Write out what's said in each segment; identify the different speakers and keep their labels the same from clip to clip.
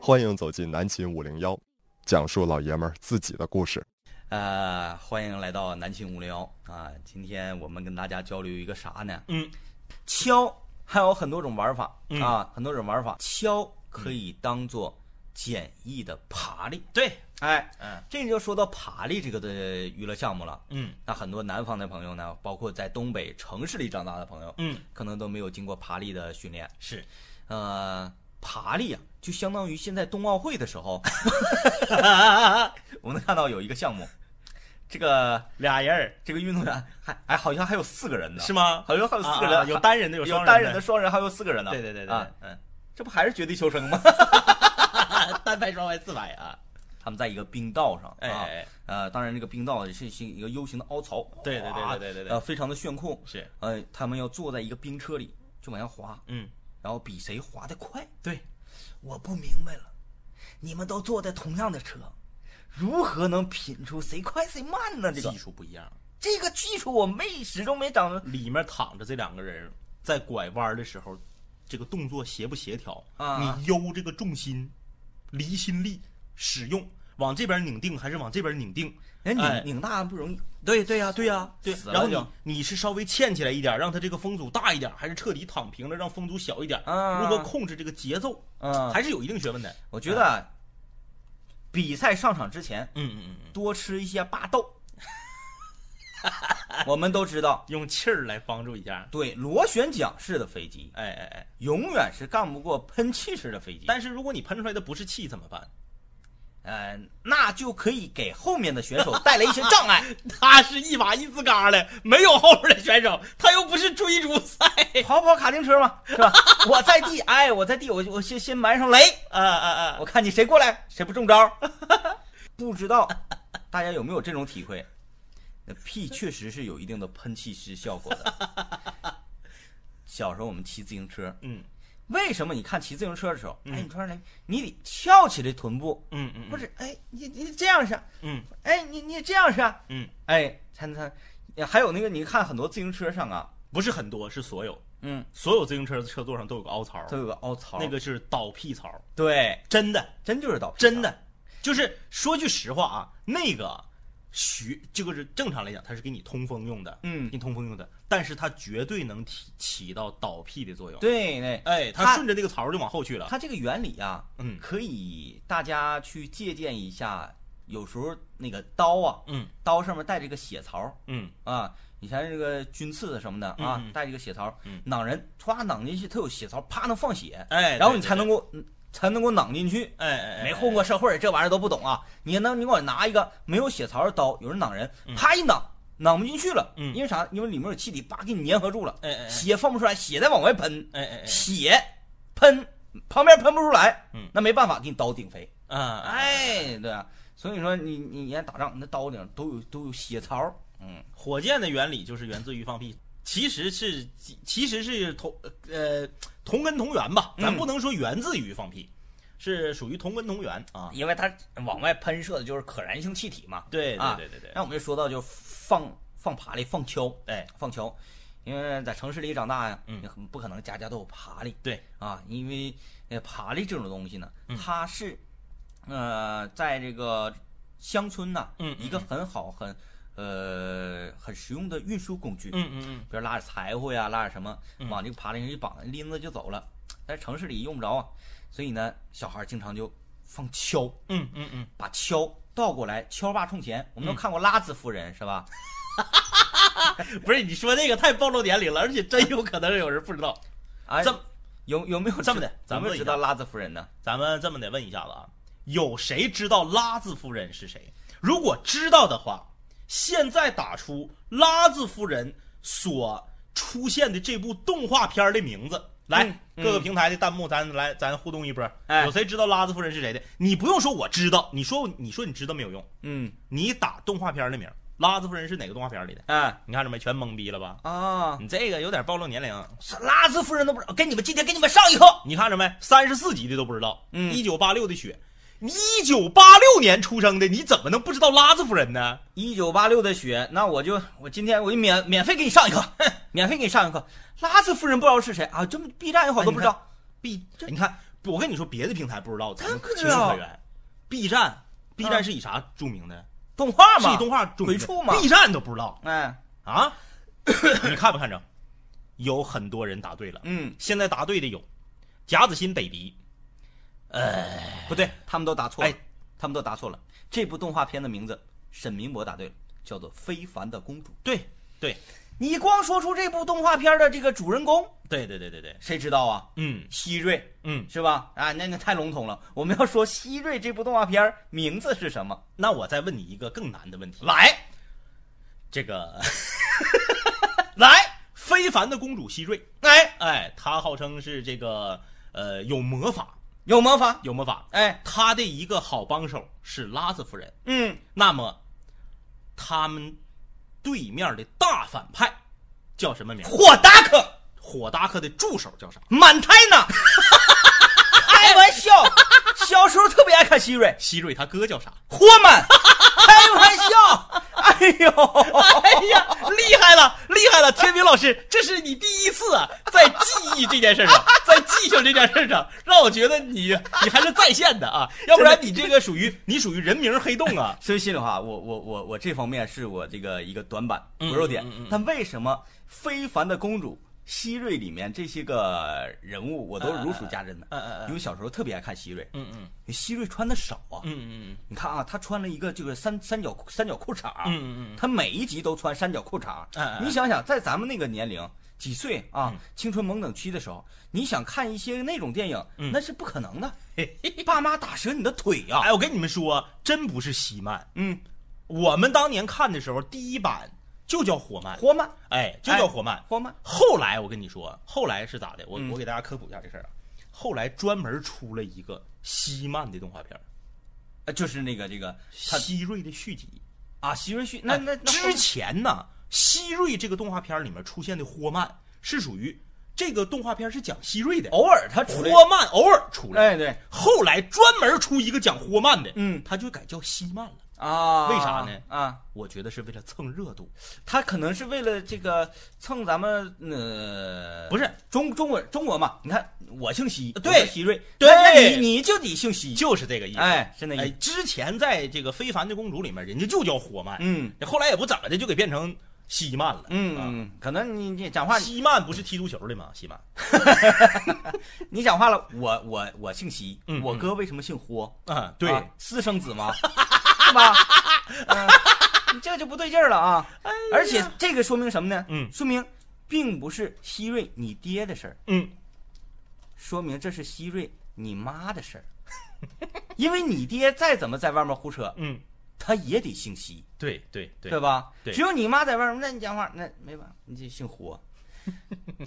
Speaker 1: 欢迎走进南秦五零幺，讲述老爷们儿自己的故事。
Speaker 2: 呃，欢迎来到南秦五零幺啊！今天我们跟大家交流一个啥呢？
Speaker 3: 嗯，
Speaker 2: 敲还有很多种玩法、
Speaker 3: 嗯
Speaker 2: 啊，很多种玩法。敲可以当做简易的爬犁，
Speaker 3: 对，
Speaker 2: 哎，
Speaker 3: 嗯
Speaker 2: 这就说到爬犁这个的娱乐项目了。
Speaker 3: 嗯
Speaker 2: 那很多南方的朋友呢，包括在东北城市里长大的朋友，
Speaker 3: 嗯，
Speaker 2: 可能都没有经过爬犁的训练。
Speaker 3: 是，
Speaker 2: 呃，爬犁啊，就相当于现在冬奥会的时 候，我们看到有一个项目，这个
Speaker 3: 俩人儿
Speaker 2: 这个运动员还哎，好像还有四个人呢，
Speaker 3: 是？吗？
Speaker 2: 好像还有四个
Speaker 3: 啊
Speaker 2: 人，
Speaker 3: 啊有单人的，
Speaker 2: 有
Speaker 3: 双
Speaker 2: 单人
Speaker 3: 人
Speaker 2: 的、。双人，还有四个人呢。
Speaker 3: 对对对对，
Speaker 2: 啊，
Speaker 3: 对
Speaker 2: 这不还是绝地求生吗？
Speaker 3: 嗯，单排、双排、四排啊，
Speaker 2: 他们在一个冰道上，
Speaker 3: 哎
Speaker 2: 啊
Speaker 3: 哎哎
Speaker 2: 呃，当然这个冰道是是一个 U 型的凹槽，
Speaker 3: 对对对
Speaker 2: 哗
Speaker 3: 对对对对
Speaker 2: 呃，非常的炫酷，
Speaker 3: 是，
Speaker 2: 呃，他们要坐在一个冰车里就往下滑，
Speaker 3: 嗯，
Speaker 2: 然后比谁滑得快。
Speaker 3: 对，
Speaker 2: 我不明白了，你们都坐在同样的车，如何能品出谁快谁慢呢？这个
Speaker 3: 技术不一样。
Speaker 2: 这个技术我没始终没掌握
Speaker 3: 里面躺着这两个人，在拐弯的时候，这个动作协不协调？
Speaker 2: 啊
Speaker 3: 你悠这个重心、离心力使用，往这边拧定还是往这边拧定？
Speaker 2: 人
Speaker 3: 哎
Speaker 2: 拧拧大不容易，
Speaker 3: 对对呀、对呀、对
Speaker 2: 死。了
Speaker 3: 然后
Speaker 2: 就
Speaker 3: 你你是稍微欠起来一点，让它这个风阻大一点，还是彻底躺平了让风阻小一点？
Speaker 2: 啊
Speaker 3: 如何控制这个节奏，
Speaker 2: 嗯，
Speaker 3: 还是有一定学问的。
Speaker 2: 我觉得啊比赛上场之前
Speaker 3: 嗯嗯嗯嗯，
Speaker 2: 多吃一些巴豆， 我们都知道，
Speaker 3: 用气儿来帮助一下。
Speaker 2: 对螺旋桨式的飞机
Speaker 3: 哎哎哎！
Speaker 2: 永远是干不过喷气式的飞机，
Speaker 3: 但是如果你喷出来的不是气怎么办？
Speaker 2: 呃，那就可以给后面的选手带来一些障碍。
Speaker 3: 他是一把一滋嘎的，没有后边的选手，他又不是追逐赛。
Speaker 2: 跑跑卡丁车嘛，是 吧？我在地，哎，我在地，我我先先埋上雷，
Speaker 3: 啊啊啊！
Speaker 2: 我看你谁过来，谁不中 招。不知道大家有没有这种体会？那屁确实是有一定的喷气式效果的。 小时候我们骑自行车，
Speaker 3: 嗯
Speaker 2: 为什么你看骑自行车的时候，
Speaker 3: 嗯
Speaker 2: 哎，你突然来，你得翘起来臀部，
Speaker 3: 嗯嗯，
Speaker 2: 或者哎，你你这样是，
Speaker 3: 嗯
Speaker 2: 哎，你你这样是，
Speaker 3: 嗯，
Speaker 2: 哎，才能才能还有那个，你看很多自行车上啊，
Speaker 3: 不是很多，是所有
Speaker 2: 嗯，
Speaker 3: 所有自行车的车座上都有个凹槽，
Speaker 2: 都有个凹槽，
Speaker 3: 那个是倒屁槽，
Speaker 2: 对，
Speaker 3: 真的
Speaker 2: 真就是倒，
Speaker 3: 真的，就是说句实话啊，那个学这个是正常来讲，它是给你通风用的，
Speaker 2: 嗯
Speaker 3: 给你通风用的，但是它绝对能起起到倒屁的作用。，
Speaker 2: 对对，
Speaker 3: 哎，
Speaker 2: 它
Speaker 3: 它顺着那个槽就往后去了。
Speaker 2: 它这个原理啊，
Speaker 3: 嗯
Speaker 2: 可以大家去借鉴一下。有时候那个刀啊，
Speaker 3: 嗯
Speaker 2: 刀上面带着个血槽
Speaker 3: 嗯
Speaker 2: 啊，你像这个军刺什么的啊，
Speaker 3: 嗯嗯
Speaker 2: 带着个血槽，
Speaker 3: 嗯
Speaker 2: 攮人歘攮进去，它有血槽，啪能放血，
Speaker 3: 哎
Speaker 2: 然后
Speaker 3: 对
Speaker 2: 你
Speaker 3: 对
Speaker 2: 才能够嗯才能够攮进去。
Speaker 3: 哎哎哎，
Speaker 2: 没混过社会，这玩意儿都不懂啊！你能你给我拿一个没有血槽的刀，有人攮人，啪一攮，攮不进去了，
Speaker 3: 嗯
Speaker 2: 因为啥？因为里面有气体，叭给你粘合住了，
Speaker 3: 哎哎哎
Speaker 2: 血放不出来，血再往外喷，
Speaker 3: 哎哎
Speaker 2: 血喷旁边喷不出来，
Speaker 3: 嗯
Speaker 2: 那没办法，给你刀顶飞。
Speaker 3: 哎啊
Speaker 2: 哎， 对啊，所以说你你你看打仗，你那刀顶都有都有血槽，嗯，
Speaker 3: 火箭的原理就是源自于放屁，其实是其其实是同呃同根同源吧，
Speaker 2: 嗯
Speaker 3: 咱不能说源自于放屁，是属于同根同源啊。
Speaker 2: 因为它往外喷射的就是可燃性气体嘛。
Speaker 3: 对
Speaker 2: 啊
Speaker 3: 对对对对，
Speaker 2: 那我们就说到就放放爬犁、放锹，
Speaker 3: 哎，
Speaker 2: 放锹，因为在城市里长大呀，
Speaker 3: 嗯
Speaker 2: 你很不可能家家都有爬犁
Speaker 3: 对，
Speaker 2: 啊，因为呃爬犁这种东西呢，
Speaker 3: 嗯
Speaker 2: 它是呃在这个乡村呐、
Speaker 3: 嗯嗯
Speaker 2: 一个很好很呃很实用的运输工具，
Speaker 3: 嗯嗯嗯，
Speaker 2: 比如拉点柴火呀，拉点什么，
Speaker 3: 嗯
Speaker 2: 往这个爬犁上一绑，拎子就走了。在城市里用不着啊，所以呢，小孩经常就放锹，
Speaker 3: 嗯嗯嗯，
Speaker 2: 把锹倒过来，锹把冲前。我们都看过拉兹夫人是吧？
Speaker 3: 不是你说这个太暴露年龄了，而且真有可能有人不知道。
Speaker 2: 哎，
Speaker 3: 这么
Speaker 2: 有有没有
Speaker 3: 这么的
Speaker 2: 知
Speaker 3: 咱
Speaker 2: 有
Speaker 3: 们
Speaker 2: 没有
Speaker 3: 问一
Speaker 2: 知
Speaker 3: 下
Speaker 2: 道拉兹夫人呢？嗯
Speaker 3: 咱们这么得问一下子啊，有谁知道拉兹夫人是谁？如果知道的话，现在打出拉兹夫人所出现的这部动画片儿的名字。来，
Speaker 2: 嗯
Speaker 3: 各个平台的弹幕，咱来，咱互动一波。
Speaker 2: 哎
Speaker 3: 有谁知道拉兹夫人是谁的？你不用说我知道，你说你说你知道没有用，
Speaker 2: 嗯，
Speaker 3: 你打动画片儿的名儿，拉兹夫人是哪个动画片儿里的？
Speaker 2: 哎
Speaker 3: 你看着没，全懵逼了吧？
Speaker 2: 啊，
Speaker 3: 你这个有点暴露年龄啊。
Speaker 2: 拉兹夫人都不知道，给你们今天给你们上一课。
Speaker 3: 你看着没？三十四级的都不知道。
Speaker 2: 嗯
Speaker 3: 一九八六的雪，你一九八六年出生的，你怎么能不知道拉兹夫人呢？
Speaker 2: 一九八六的雪，那我就我今天我就免免费给你上一课， 哼免费给你上一课。拉兹夫人不知道是谁啊？这么 B 站有好多不知道。
Speaker 3: B，你看，我跟你说，别的平台不知道，咱们
Speaker 2: 当然
Speaker 3: 可
Speaker 2: 不
Speaker 3: 情
Speaker 2: 知
Speaker 3: 有
Speaker 2: 道
Speaker 3: 可原。B 站，B 站是以啥著名的？
Speaker 2: 动画
Speaker 3: 是
Speaker 2: 嘛，
Speaker 3: 以动画著名
Speaker 2: 鬼
Speaker 3: 的
Speaker 2: 畜嘛，
Speaker 3: ？B 站都不知道
Speaker 2: 哎，
Speaker 3: 啊？ 你看没看着？有很多人答对了，
Speaker 2: 嗯，
Speaker 3: 现在答对的有贾子欣、北鼻，呃
Speaker 2: 不对，他们都答错了，
Speaker 3: 哎
Speaker 2: 他们都答错了。这部动画片的名字，沈明博答对了，叫做《非凡的公主》。
Speaker 3: 对对
Speaker 2: 你光说出这部动画片的这个主人公，
Speaker 3: 对对对对对，
Speaker 2: 谁知道啊？
Speaker 3: 嗯
Speaker 2: 希瑞
Speaker 3: 嗯。
Speaker 2: 是吧？啊，那那太笼统了。我们要说希瑞这部动画片名字是什么？
Speaker 3: 那我再问你一个更难的问题，
Speaker 2: 来，
Speaker 3: 这个 来，非凡的公主希瑞，
Speaker 2: 哎，
Speaker 3: 哎，她号称是这个呃有魔法，
Speaker 2: 有魔法，
Speaker 3: 有魔法，
Speaker 2: 哎，
Speaker 3: 她的一个好帮手是拉兹夫人。
Speaker 2: 嗯，
Speaker 3: 那么，他们对面的大反派叫什么名？
Speaker 2: 火达克，
Speaker 3: 火达克的助手叫啥？
Speaker 2: 满胎呢。 开玩笑，小时候特别爱看希瑞，
Speaker 3: 希瑞他哥叫啥？
Speaker 2: 霍 满，开玩笑。哎呦，
Speaker 3: 哎呀，厉害了，厉害了！天明老师，这是你第一次啊，在记忆这件事 上，在记性这件事上，让我觉得你你还是在线的啊，要不然你这个属于你属于人名黑洞啊。
Speaker 2: 说心里话，我我我我这方面是我这个一个短板
Speaker 3: 嗯
Speaker 2: 薄弱点
Speaker 3: 嗯嗯嗯，
Speaker 2: 但为什么《非凡的公主》希瑞里面这些个人物我都如数家珍呢？
Speaker 3: 嗯嗯嗯嗯
Speaker 2: 因为小时候特别爱看希瑞，
Speaker 3: 嗯嗯
Speaker 2: 希瑞穿的少啊。
Speaker 3: 嗯
Speaker 2: 你看啊，他穿了一个这个三三角三角裤衩，
Speaker 3: 嗯嗯
Speaker 2: 他每一集都穿三角裤衩
Speaker 3: 嗯嗯。嗯
Speaker 2: 你想想，在咱们那个年龄，几岁啊，
Speaker 3: 嗯
Speaker 2: 青春懵懂期的时候，你想看一些那种电影，
Speaker 3: 嗯
Speaker 2: 那是不可能的。爸妈打折你的腿呀，
Speaker 3: 哎，我跟你们说，真不是西漫，
Speaker 2: 嗯，
Speaker 3: 我们当年看的时候，第一版就叫火漫，
Speaker 2: 活慢，
Speaker 3: 哎，就叫火漫。
Speaker 2: 活慢，
Speaker 3: 后来我跟你说，后来是咋的？我
Speaker 2: 嗯
Speaker 3: 我给大家科普一下这事儿啊。后来专门出了一个西漫的动画片儿，
Speaker 2: 呃就是那个这个他
Speaker 3: 希瑞的续集。
Speaker 2: 啊，希瑞旭，那
Speaker 3: 哎
Speaker 2: 那那
Speaker 3: 之前呢，希瑞这个动画片里面出现的霍曼是属于这个动画片是讲希瑞的，
Speaker 2: 偶尔他出来，
Speaker 3: 霍曼偶尔出来。
Speaker 2: 哎对
Speaker 3: 后来专门出一个讲霍曼的，
Speaker 2: 嗯
Speaker 3: 他就改叫希曼了。
Speaker 2: 啊，
Speaker 3: 为啥呢
Speaker 2: 啊，
Speaker 3: 我觉得是为了蹭热度，
Speaker 2: 他可能是为了这个蹭咱们呃，
Speaker 3: 不
Speaker 2: 是
Speaker 3: 是
Speaker 2: 中中国中国嘛？你看我姓希，
Speaker 3: 对
Speaker 2: 我叫希瑞，
Speaker 3: 对
Speaker 2: 那那你你就得姓希，
Speaker 3: 就是这个意思。
Speaker 2: 哎，是那意
Speaker 3: 哎
Speaker 2: 思，，
Speaker 3: 之前在这个《非凡的公主》里面，人家就叫霍曼，
Speaker 2: 嗯
Speaker 3: 后来也不怎么的就给变成希曼了。啊，
Speaker 2: 嗯，可能你你讲话
Speaker 3: 希曼不是踢足球的吗？希曼，
Speaker 2: 你讲话了，我我我姓希
Speaker 3: 嗯，
Speaker 2: 我哥为什么姓霍？
Speaker 3: 啊，对，
Speaker 2: 啊私生子吗？ 是吧？嗯你这就不对劲儿了啊！而且这个说明什么呢？
Speaker 3: 哎嗯
Speaker 2: 说明并不是希瑞你爹的事儿，
Speaker 3: 嗯，
Speaker 2: 说明这是希瑞你妈的事儿。 因为你爹再怎么在外面胡扯，
Speaker 3: 嗯，
Speaker 2: 他也得姓希，
Speaker 3: 对对对，
Speaker 2: 对吧？
Speaker 3: 对
Speaker 2: 只有你妈在外面，那你讲话那没办法，你就姓胡，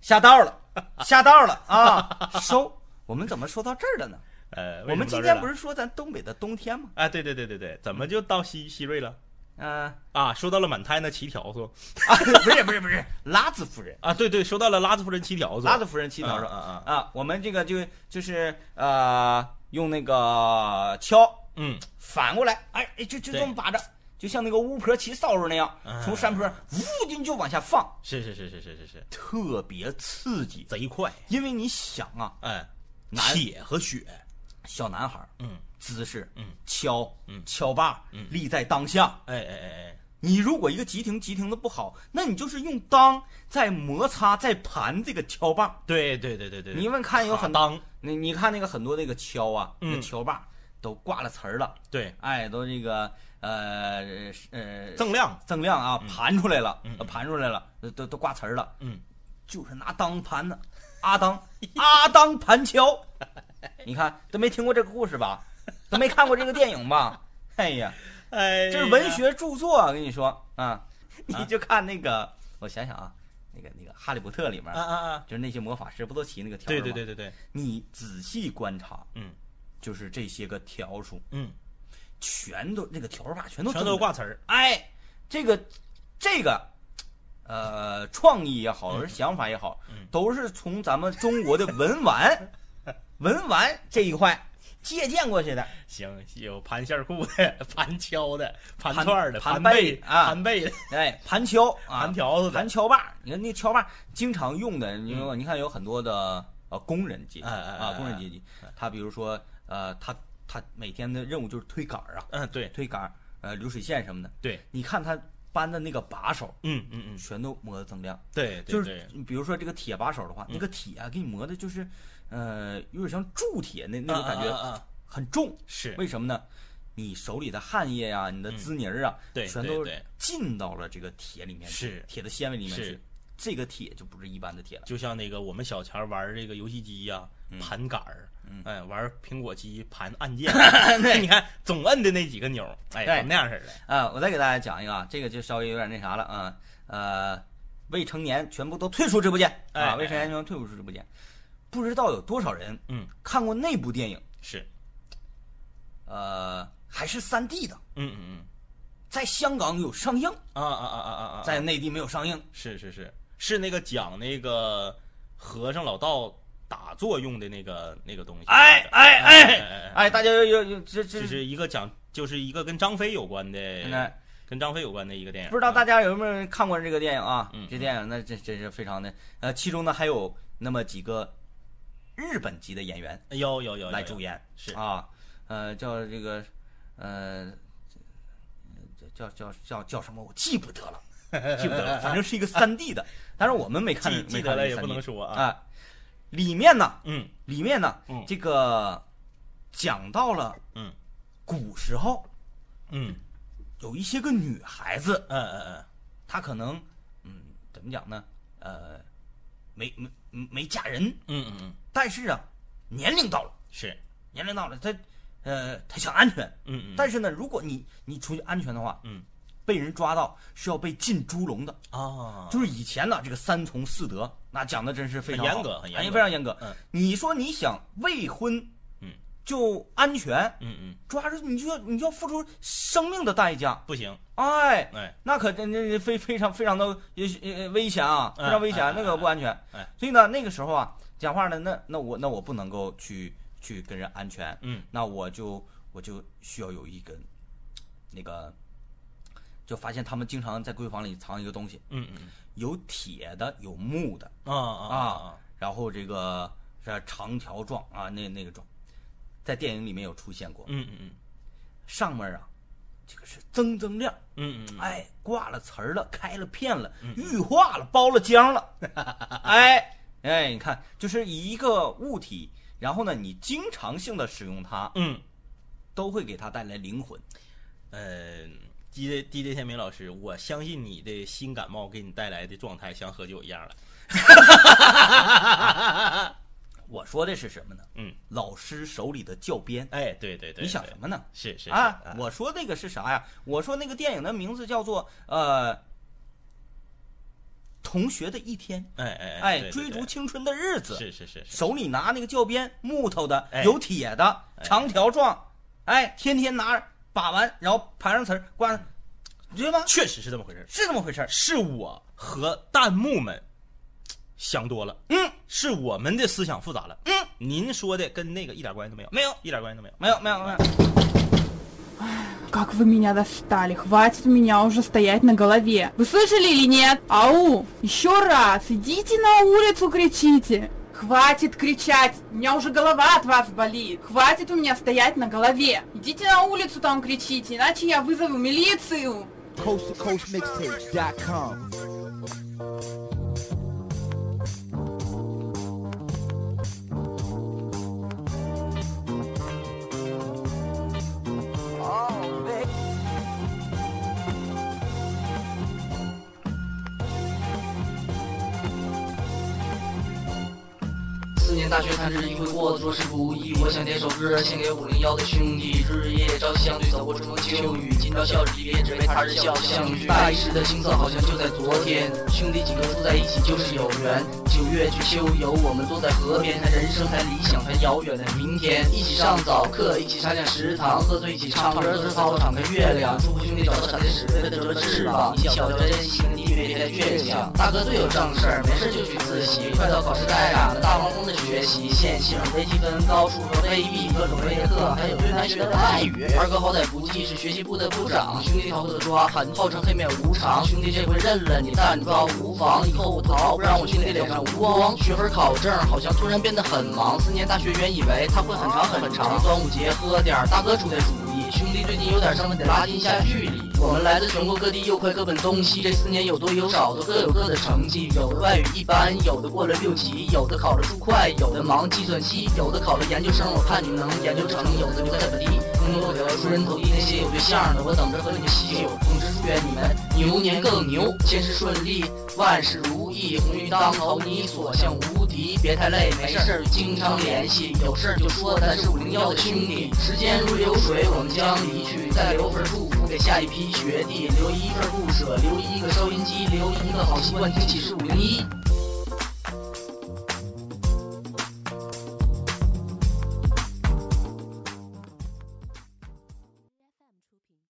Speaker 2: 下道了，下道了啊！收，我们怎么说到这儿了呢？
Speaker 3: 呃，
Speaker 2: 我们今天不是说咱东北的冬天吗？
Speaker 3: 啊，对对对对对，怎么就到希希瑞了？
Speaker 2: 嗯、
Speaker 3: 啊，说到了满胎那七条子
Speaker 2: 啊，不是不是不是，拉兹夫人，
Speaker 3: 啊，对对，说到了拉兹夫人七条子，
Speaker 2: 拉兹夫人七条
Speaker 3: 啊
Speaker 2: 说
Speaker 3: 啊啊，
Speaker 2: 啊，我们这个就就是呃，用那个锹
Speaker 3: 嗯，
Speaker 2: 反过来，哎，哎就就
Speaker 3: 对
Speaker 2: 这么把着，就像那个巫婆骑扫帚那样
Speaker 3: 啊，
Speaker 2: 从山坡上呜就就往下放，
Speaker 3: 是是是是是是是，
Speaker 2: 特别刺激。
Speaker 3: 贼快，
Speaker 2: 因为你想啊，
Speaker 3: 哎，
Speaker 2: 男
Speaker 3: 铁和血，
Speaker 2: 小男孩儿
Speaker 3: 嗯，
Speaker 2: 姿势，
Speaker 3: 嗯，
Speaker 2: 敲，
Speaker 3: 嗯
Speaker 2: 敲把，
Speaker 3: 嗯
Speaker 2: 立在当下。
Speaker 3: 哎哎哎哎，
Speaker 2: 你如果一个急停急停的不好，那你就是用裆在摩擦在盘这个敲把。
Speaker 3: 对对对对对，
Speaker 2: 你们看有很
Speaker 3: 当，
Speaker 2: 你你看那个很多那个锹啊，
Speaker 3: 嗯
Speaker 2: 那锹把都挂了词儿了，
Speaker 3: 对，
Speaker 2: 哎，都这个呃呃
Speaker 3: 锃亮，
Speaker 2: 锃亮啊，盘出来了，
Speaker 3: 嗯
Speaker 2: 呃盘出来了，都都都挂词儿了，
Speaker 3: 嗯，
Speaker 2: 就是拿当盘的，阿当 阿当盘锹，你看都没听过这个故事吧？都没看过这个电影吧？哎呀，
Speaker 3: 哎，
Speaker 2: 这是文，学著作啊，我跟你说啊，你就看那个，我想想啊，那个那个《哈利波特》里面
Speaker 3: 啊，啊啊，
Speaker 2: 就是那些魔法师不都骑那个条儿
Speaker 3: 对
Speaker 2: 吗？
Speaker 3: 对对对对，
Speaker 2: 你仔细观察，
Speaker 3: 嗯
Speaker 2: 就是这些个条数，
Speaker 3: 嗯，
Speaker 2: 全都那个条吧，全都
Speaker 3: 全
Speaker 2: 整
Speaker 3: 都
Speaker 2: 着。
Speaker 3: 挂词儿，
Speaker 2: 哎，这个这个，呃，创意也好，是想法也好，
Speaker 3: 嗯
Speaker 2: 都是从咱们中国的文 玩文玩这一块借鉴过去的。
Speaker 3: 行，有盘线裤的， 盘敲的，盘串儿的，
Speaker 2: 盘
Speaker 3: 背
Speaker 2: 背啊
Speaker 3: 盘背的，
Speaker 2: 哎，盘敲啊，
Speaker 3: 盘条子的，
Speaker 2: 盘敲把，你看那敲把经常用的，你说你看有很多的呃工人阶级
Speaker 3: 哎哎哎
Speaker 2: 啊，工人阶级，他比如说呃，他他每天的任务就是推杆儿啊，
Speaker 3: 嗯，对
Speaker 2: 推杆儿呃流水线什么的，
Speaker 3: 对，
Speaker 2: 你看他搬的那个把手，
Speaker 3: 嗯嗯嗯，
Speaker 2: 全都磨得锃亮，
Speaker 3: 对，对
Speaker 2: 就是
Speaker 3: 对嗯
Speaker 2: 你比如说这个铁把手的话，那个铁啊给你磨的就是呃有点像铸铁那那种感
Speaker 3: 啊啊啊
Speaker 2: 觉
Speaker 3: 啊，
Speaker 2: 很重，
Speaker 3: 是
Speaker 2: 为什么呢？你手里的汗液呀、你的滋泥儿啊，
Speaker 3: 嗯对
Speaker 2: 全都
Speaker 3: 对对
Speaker 2: 进到了这个铁里面去，
Speaker 3: 是
Speaker 2: 铁的纤维里面去
Speaker 3: 是。
Speaker 2: 这个铁就不是一般的铁了，
Speaker 3: 就像那个我们小前儿玩这个游戏机呀、
Speaker 2: 嗯
Speaker 3: 盘杆儿，哎，玩苹果机盘按 键， 你看总摁的那几个钮儿，哎，
Speaker 2: 对
Speaker 3: 怎么那样式儿的？
Speaker 2: 啊，我再给大家讲一个啊，这个就稍微有点那啥了啊，呃，未成年全部都退出直播间
Speaker 3: 哎哎
Speaker 2: 啊，未成年全部退出直播间，不知道有多少人
Speaker 3: 嗯
Speaker 2: 看过那部电影，
Speaker 3: 是，
Speaker 2: 呃，还是三 D 的，
Speaker 3: 嗯嗯
Speaker 2: 在香港有上映，
Speaker 3: 嗯，啊啊啊啊啊啊，
Speaker 2: 在内地没有上映，
Speaker 3: 是是是是那个讲那个和尚老道打坐用的那个那个东西，
Speaker 2: 哎哎
Speaker 3: 哎
Speaker 2: 哎哎，大家有有有这这
Speaker 3: 就，是一个讲就是一个跟张飞有关
Speaker 2: 那
Speaker 3: 的，跟张飞有关的一个电
Speaker 2: 嗯
Speaker 3: 影，
Speaker 2: 不知道大家有没有人看过这个电影啊？
Speaker 3: 嗯
Speaker 2: 这电影那真真是非常的，呃，其中呢还有那么几个日本籍的演员
Speaker 3: 哎有有有有
Speaker 2: 来主
Speaker 3: 演
Speaker 2: 演，
Speaker 3: 是
Speaker 2: 啊，呃，叫这个，呃，叫叫叫叫什么？我记不得了，记不得了，反正是一个三 D 的，但是我们没看
Speaker 3: 记，
Speaker 2: 没
Speaker 3: 记得
Speaker 2: 看
Speaker 3: 了
Speaker 2: 那
Speaker 3: 也
Speaker 2: 个
Speaker 3: 不
Speaker 2: 3D
Speaker 3: 能说啊，
Speaker 2: 啊，里面呢，
Speaker 3: 嗯
Speaker 2: 里面呢
Speaker 3: 嗯，
Speaker 2: 这个讲到了
Speaker 3: 嗯
Speaker 2: 古时候
Speaker 3: 嗯
Speaker 2: 有一些个女孩子，
Speaker 3: 嗯嗯
Speaker 2: 她可能，嗯，怎么讲呢？呃，没没没嫁人，
Speaker 3: 嗯嗯嗯
Speaker 2: 但是啊，年龄到了，
Speaker 3: 是，
Speaker 2: 年龄到了，她，呃，她想安全，
Speaker 3: 嗯嗯
Speaker 2: 但是呢，如果你你出去安全的话，
Speaker 3: 嗯
Speaker 2: 被人抓到是要被进猪笼的。
Speaker 3: 啊，
Speaker 2: 就是以前呢，这个三从四德，那讲的真是非常
Speaker 3: 很
Speaker 2: 好
Speaker 3: 严格很严格
Speaker 2: 哎非常严格。
Speaker 3: 嗯
Speaker 2: 你说你想未婚，
Speaker 3: 嗯，
Speaker 2: 就安全，
Speaker 3: 嗯嗯
Speaker 2: 抓住你就要你就要付出生命的代价，
Speaker 3: 不行，
Speaker 2: 哎，
Speaker 3: 哎
Speaker 2: 那可真真非非常非常的也许呃危险啊，
Speaker 3: 哎
Speaker 2: 非常危
Speaker 3: 哎哎
Speaker 2: 险，那个不安全
Speaker 3: 哎。
Speaker 2: 所以呢，那个时候啊，讲话呢，那那我那我不能够去去跟人安全，
Speaker 3: 嗯
Speaker 2: 那我就我就需要有一根那个，就发现他们经常在闺房里藏一个东西，
Speaker 3: 嗯嗯
Speaker 2: 有铁的，有木的
Speaker 3: 啊啊
Speaker 2: 啊，然后这个是长条状啊，那那个状，在电影里面有出现过，
Speaker 3: 嗯嗯嗯
Speaker 2: 上面啊，这个是锃锃亮。
Speaker 3: 嗯嗯
Speaker 2: 哎，挂了词儿了，开了片了，玉化了，包了浆 了，哎哎，你看，就是以一个物体，然后呢，你经常性的使用它，
Speaker 3: 嗯。
Speaker 2: 都会给它带来灵魂。
Speaker 3: 呃，DJ DJ 天明老师，我相信你的新感冒给你带来的状态像喝酒一样了。
Speaker 2: 我说的是什么呢？
Speaker 3: 嗯，
Speaker 2: 老师手里的教鞭，
Speaker 3: 哎，对对对，
Speaker 2: 你想
Speaker 3: 对
Speaker 2: 什么呢？
Speaker 3: 是是
Speaker 2: 啊
Speaker 3: 是，嗯
Speaker 2: 我说那个是啥呀？我说那个电影的名字叫做呃，《同学的一天》，
Speaker 3: 哎哎
Speaker 2: 哎，
Speaker 3: 对对
Speaker 2: 追
Speaker 3: 对
Speaker 2: 逐青春的日子，
Speaker 3: 是是是是，
Speaker 2: 手里拿那个教鞭，木头的
Speaker 3: 哎，
Speaker 2: 有铁的，长条状，哎，天天拿着把玩，然后盘上词儿，挂上，你觉得吗？
Speaker 3: 确实是这么回事儿。
Speaker 2: 是这么回事儿。
Speaker 3: 是我和弹幕们想多了，
Speaker 2: 嗯，
Speaker 3: 是我们的思想复杂了，
Speaker 2: 嗯，
Speaker 3: 您说的跟那个一点关系都没有，
Speaker 2: 没有，
Speaker 3: 一点关系都没有。
Speaker 2: 没有，没有，没有。
Speaker 4: Как вы меня достали! Хватит у меня уже стоять на голове! Вы слышали или нет? Ау! Еще раз! Идите на улицу кричите! Хватит кричать! У меня уже голова от вас болит! Хватит у меня стоять на голове! Идите на улицу там кричите, иначе я вызову милицию!
Speaker 5: coast to coast mixtape.com.
Speaker 6: 四年大学看日益挥霍，做事不易。我想点首歌献给五零幺的兄弟，日日夜夜朝夕相对，走过春风秋雨。今朝笑日别只为他日笑相遇。大一时的青涩好像就在昨天，兄弟几个住在一起就是有缘。九月去秋游，我们坐在河边，谈人生，谈理想，谈遥远的明天。一起上早课，一起商量食堂，喝醉一起唱歌，自操敞开月亮。祝福兄弟找到闪电使，为了得了翅膀。你小要珍惜你的地位，别太倔强。大哥最有正事儿，没事就去自习，快到考试该赶了，大黄蜂的学学习，现象微积分、高数和微粒，各种微课，还有最难学的外语。二哥好歹不济，是学习部的部长，兄弟逃不得抓，很号称黑面无常。兄弟这回认了你，但抓无妨，以后我逃不让我兄弟脸上无光。学分考证好像突然变得很忙，四年大学原以为他会很长很长。端午节喝点儿，大哥出的主意。兄弟最近有点伤，得拉近一下距离。我们来自全国各地，又快各奔东西。这四年有多有少，都各有各的成绩。有的外语一般，有的过了六级，有的考了注会，有的忙计算机，有的考了研究生。我看你能研究成，有的留在本地工作得出人头地。那些有对象的，我等着和你们喜酒。总之祝愿你们牛年更牛，千事顺利，万事如意，鸿运当头，你所向无敌。别太累，没事儿经常联系，有事儿就说。咱是五零幺的兄弟，时间如流水，我们将离去，再留份祝福给下一批学弟，留一份不舍，留一个收音机，留一个好习惯，听起是五零一。